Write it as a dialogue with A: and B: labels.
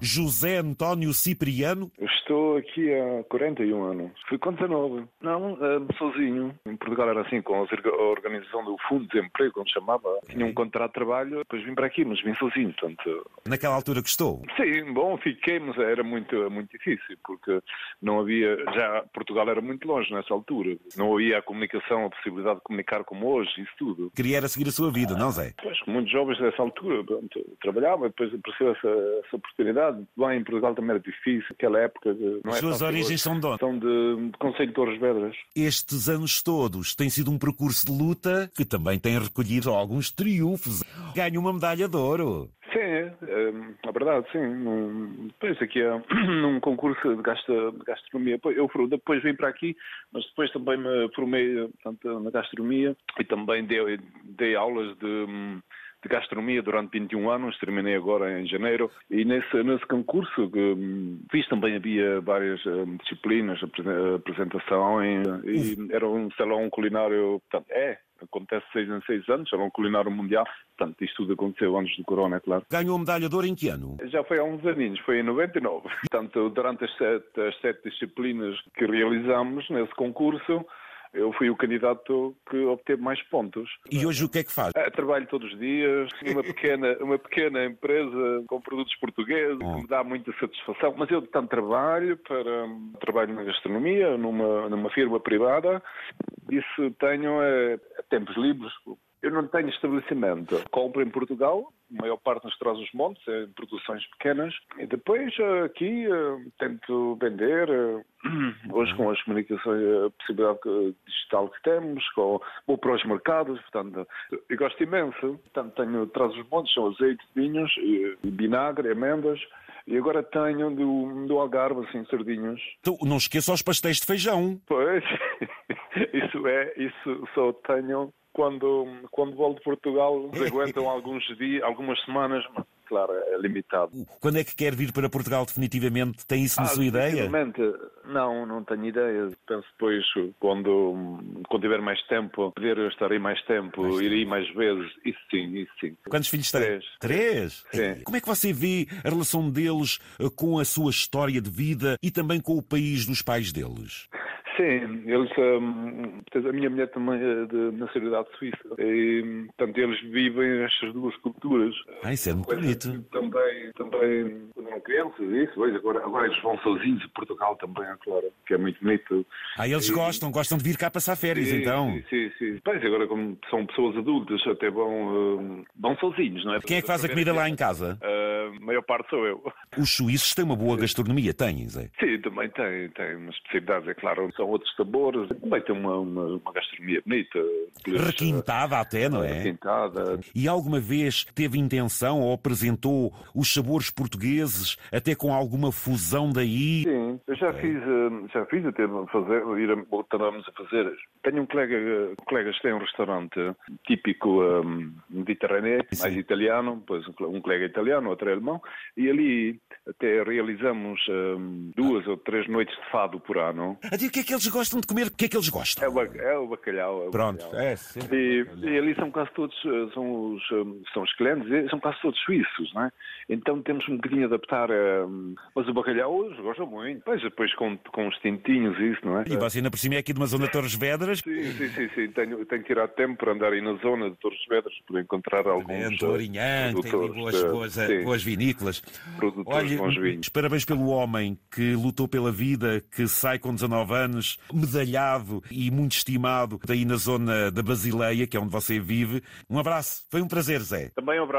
A: José António Cipriano.
B: Estou aqui há 41 anos. Fui com 19. Não, hum, sozinho. Em Portugal era assim, com a orga- a organização do Fundo de Emprego, como se chamava. Tinha um contrato de trabalho, depois vim para aqui, mas vim sozinho. Portanto,
A: Naquela altura que estou.
B: sim, bom, fiquei, mas era muito, muito difícil, porque não havia. Já Portugal era muito longe nessa altura. Não havia a comunicação, a possibilidade de comunicar como hoje, isso tudo.
A: Queria era seguir a sua vida, não, Zé?
B: Pois, que muitos jovens dessa altura pronto, trabalhavam, depois apareceu essa, essa oportunidade. Lá em Portugal também era difícil, aquela época. De, não é
A: As suas
B: fácil
A: origens são
B: hoje.
A: de onde?
B: São de, de Conselho de Torres Vedras.
A: Estes anos todos tem sido um percurso de luta que também tem recolhido alguns triunfos. Ganha uma medalha de ouro.
B: Sim, é, é, é verdade, sim. Num, depois aqui é num concurso de, gasta- de gastronomia. Pois, Eu fui- depois vim para aqui, mas depois também me formei eh, portanto, na gastronomia e também dei, dei aulas de, hum, de gastronomia durante 21 anos. Terminei agora em janeiro. E nesse, nesse concurso que hum, fiz também havia várias hum, disciplinas, apre- apresentação e, e era um salão culinário, portanto, é. Acontece seis em seis anos, salão culinário mundial. Portanto, isto tudo aconteceu antes do corona, é claro.
A: Ganhou a medalha de ouro em que ano?
B: Já foi há uns aninhos, foi em 99. Portanto, durante as sete, as sete disciplinas que realizamos nesse concurso, eu fui o candidato que obteve mais pontos.
A: E hoje o que é que faz?
B: Ah, Trabalho todos os dias, tenho uma pequena, uma pequena empresa com produtos portugueses, que me dá muita satisfação. Mas eu tanto trabalho para trabalho na gastronomia, numa, numa firma privada, e se tenho eh, tempos livres. Eu não tenho estabelecimento. Compro em Portugal, a maior parte nos traz os montes, é em produções pequenas, e depois eh, aqui eh, tento vender, eh, hoje com as comunicações, eh, a possibilidade que- digital que temos, com, vou para os mercados, portanto, eu gosto imenso. Portanto, tenho, traz os montes, são azeite, vinhos, e, e vinagre, amêndoas, e agora tenho do, do Algarve, assim, sardinhos.
A: Então, não esqueça os pastéis de feijão.
B: Pois, isso é, isso só tenho quando, quando volto de Portugal, eles aguentam alguns dias, algumas semanas, mas claro, é limitado.
A: Quando é que quer vir para Portugal definitivamente? Tem isso na sua ideia?
B: Ah, definitivamente, Não, não tenho ideia. Penso depois, quando, quando tiver mais tempo, poder estar aí mais tempo, ir aí mais vezes, isso sim, isso sim.
A: Quantos filhos tem?
B: Três.
A: Três?
B: Sim.
A: Como é que você vê a relação deles eh, com a sua história de vida e também com o país dos pais deles?
B: Sim, eles. hum, portanto, a minha mulher também é de nacionalidade suíça. E, portanto, eles vivem estas duas culturas.
A: Ah, isso é muito bonito.
B: Também, também quando eram crianças, isso. Hoje, agora, agora eles vão sozinhos a Portugal também, é claro, que é muito bonito.
A: Ah, eles gostam, gostam de vir cá passar férias,
B: Sim,
A: então.
B: Sim, sim, sim. Pois, agora como são pessoas adultas, até vão, hum, vão sozinhos, não é?
A: Quem é que faz a comida lá em casa?
B: Ah, a maior parte sou eu.
A: Os suíços têm uma boa gastronomia, têm, Zé.
B: Sim, também tem, tem umas especialidades, é claro, são outros sabores. Também tem uma, uma, uma gastronomia bonita. pelos-
A: Requintada até, não é?
B: Requintada.
A: E alguma vez teve intenção ou apresentou os sabores portugueses, até com alguma fusão daí?
B: Sim, eu já fiz, hum, já fiz até fazer, ir a, voltamos a fazer. Tenho um colega, eh, colegas que tem um restaurante típico hum, mediterrâneo,
A: Sim.
B: mais italiano, pois um cole- um colega italiano, outro alemão, e ali até realizamos hum, duas ou três noites de fado por ano.
A: A dizer, o que é que eles gostam de comer? O que é que eles gostam?
B: É o, ba- é o bacalhau. é o
A: Pronto,
B: bacalhau.
A: é, sim.
B: E, e ali são quase todos, eh, são os, eh, são os clientes, eh, são quase todos suíços, não é? Então temos um bocadinho de adaptar, eh, mas o bacalhau eles gostam muito. Pois, depois com, com os tintinhos e isso, não é?
A: E você ainda por cima é aqui de uma zona de Torres Vedras?
B: Sim, sim, sim, sim. Tenho, tenho que ir a tempo para andar aí na zona de Torres Vedras para encontrar alguns
A: Exatamente,
B: eh,
A: Ourinhã, que tem ali
B: produtores
A: boas,
B: de-
A: boas, eh,
B: sim,
A: boas vinícolas.
B: produtores de bons vinhos.
A: parabéns pelo homem que lutou pela vida, que sai com 19 anos, medalhado e muito estimado, daí na zona da Basileia, que é onde você vive. Um abraço, foi um prazer, Zé.
B: Também um abraço.